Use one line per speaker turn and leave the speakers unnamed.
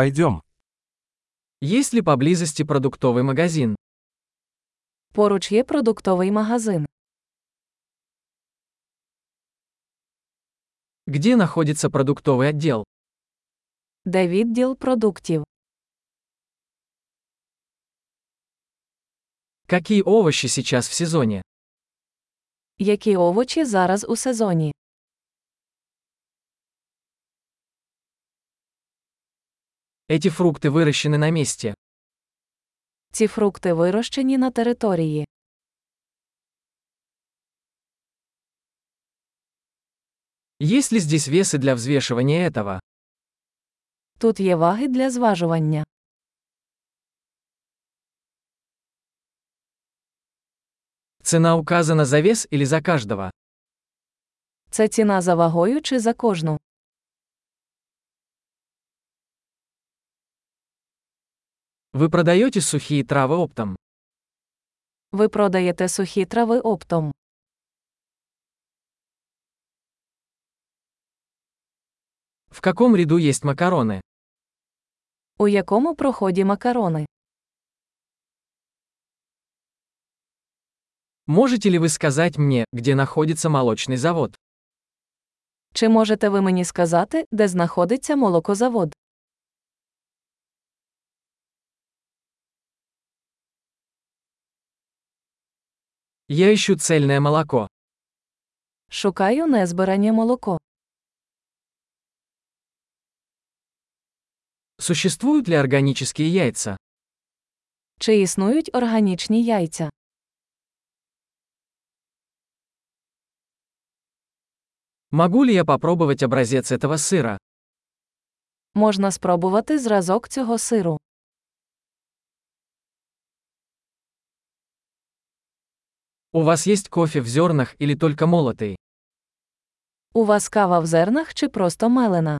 Пойдем.
Есть ли поблизости продуктовый магазин?
Поруч є продуктовий магазин.
Где находится продуктовый отдел?
Де відділ продуктів?
Какие овощи сейчас в сезоне?
Які овочі зараз у сезоні?
Эти фрукты выращены на месте.
Ці фрукти вирощені на території.
Есть ли здесь весы для взвешивания этого?
Тут є ваги для зважування.
Цена указана за вес или за каждого?
Це ціна за вагою чи за кожну.
Вы продаете сухие травы оптом?
Ви продаєте сухі трави оптом.
В каком ряду есть макароны?
У якому проході макарони?
Можете ли вы сказать мне, где находится молочный завод?
Чи можете ви мені сказати, де знаходиться молокозавод?
Я ищу цельное молоко.
Шукаю незбирання молоко.
Существуют ли органические яйца?
Чи існують органічні яйця?
Могу ли я попробовать образец этого сыра?
Можна спробувати зразок цього сиру.
У вас есть кофе в зернах или только молотый?
У вас кава в зернах чи просто мелена?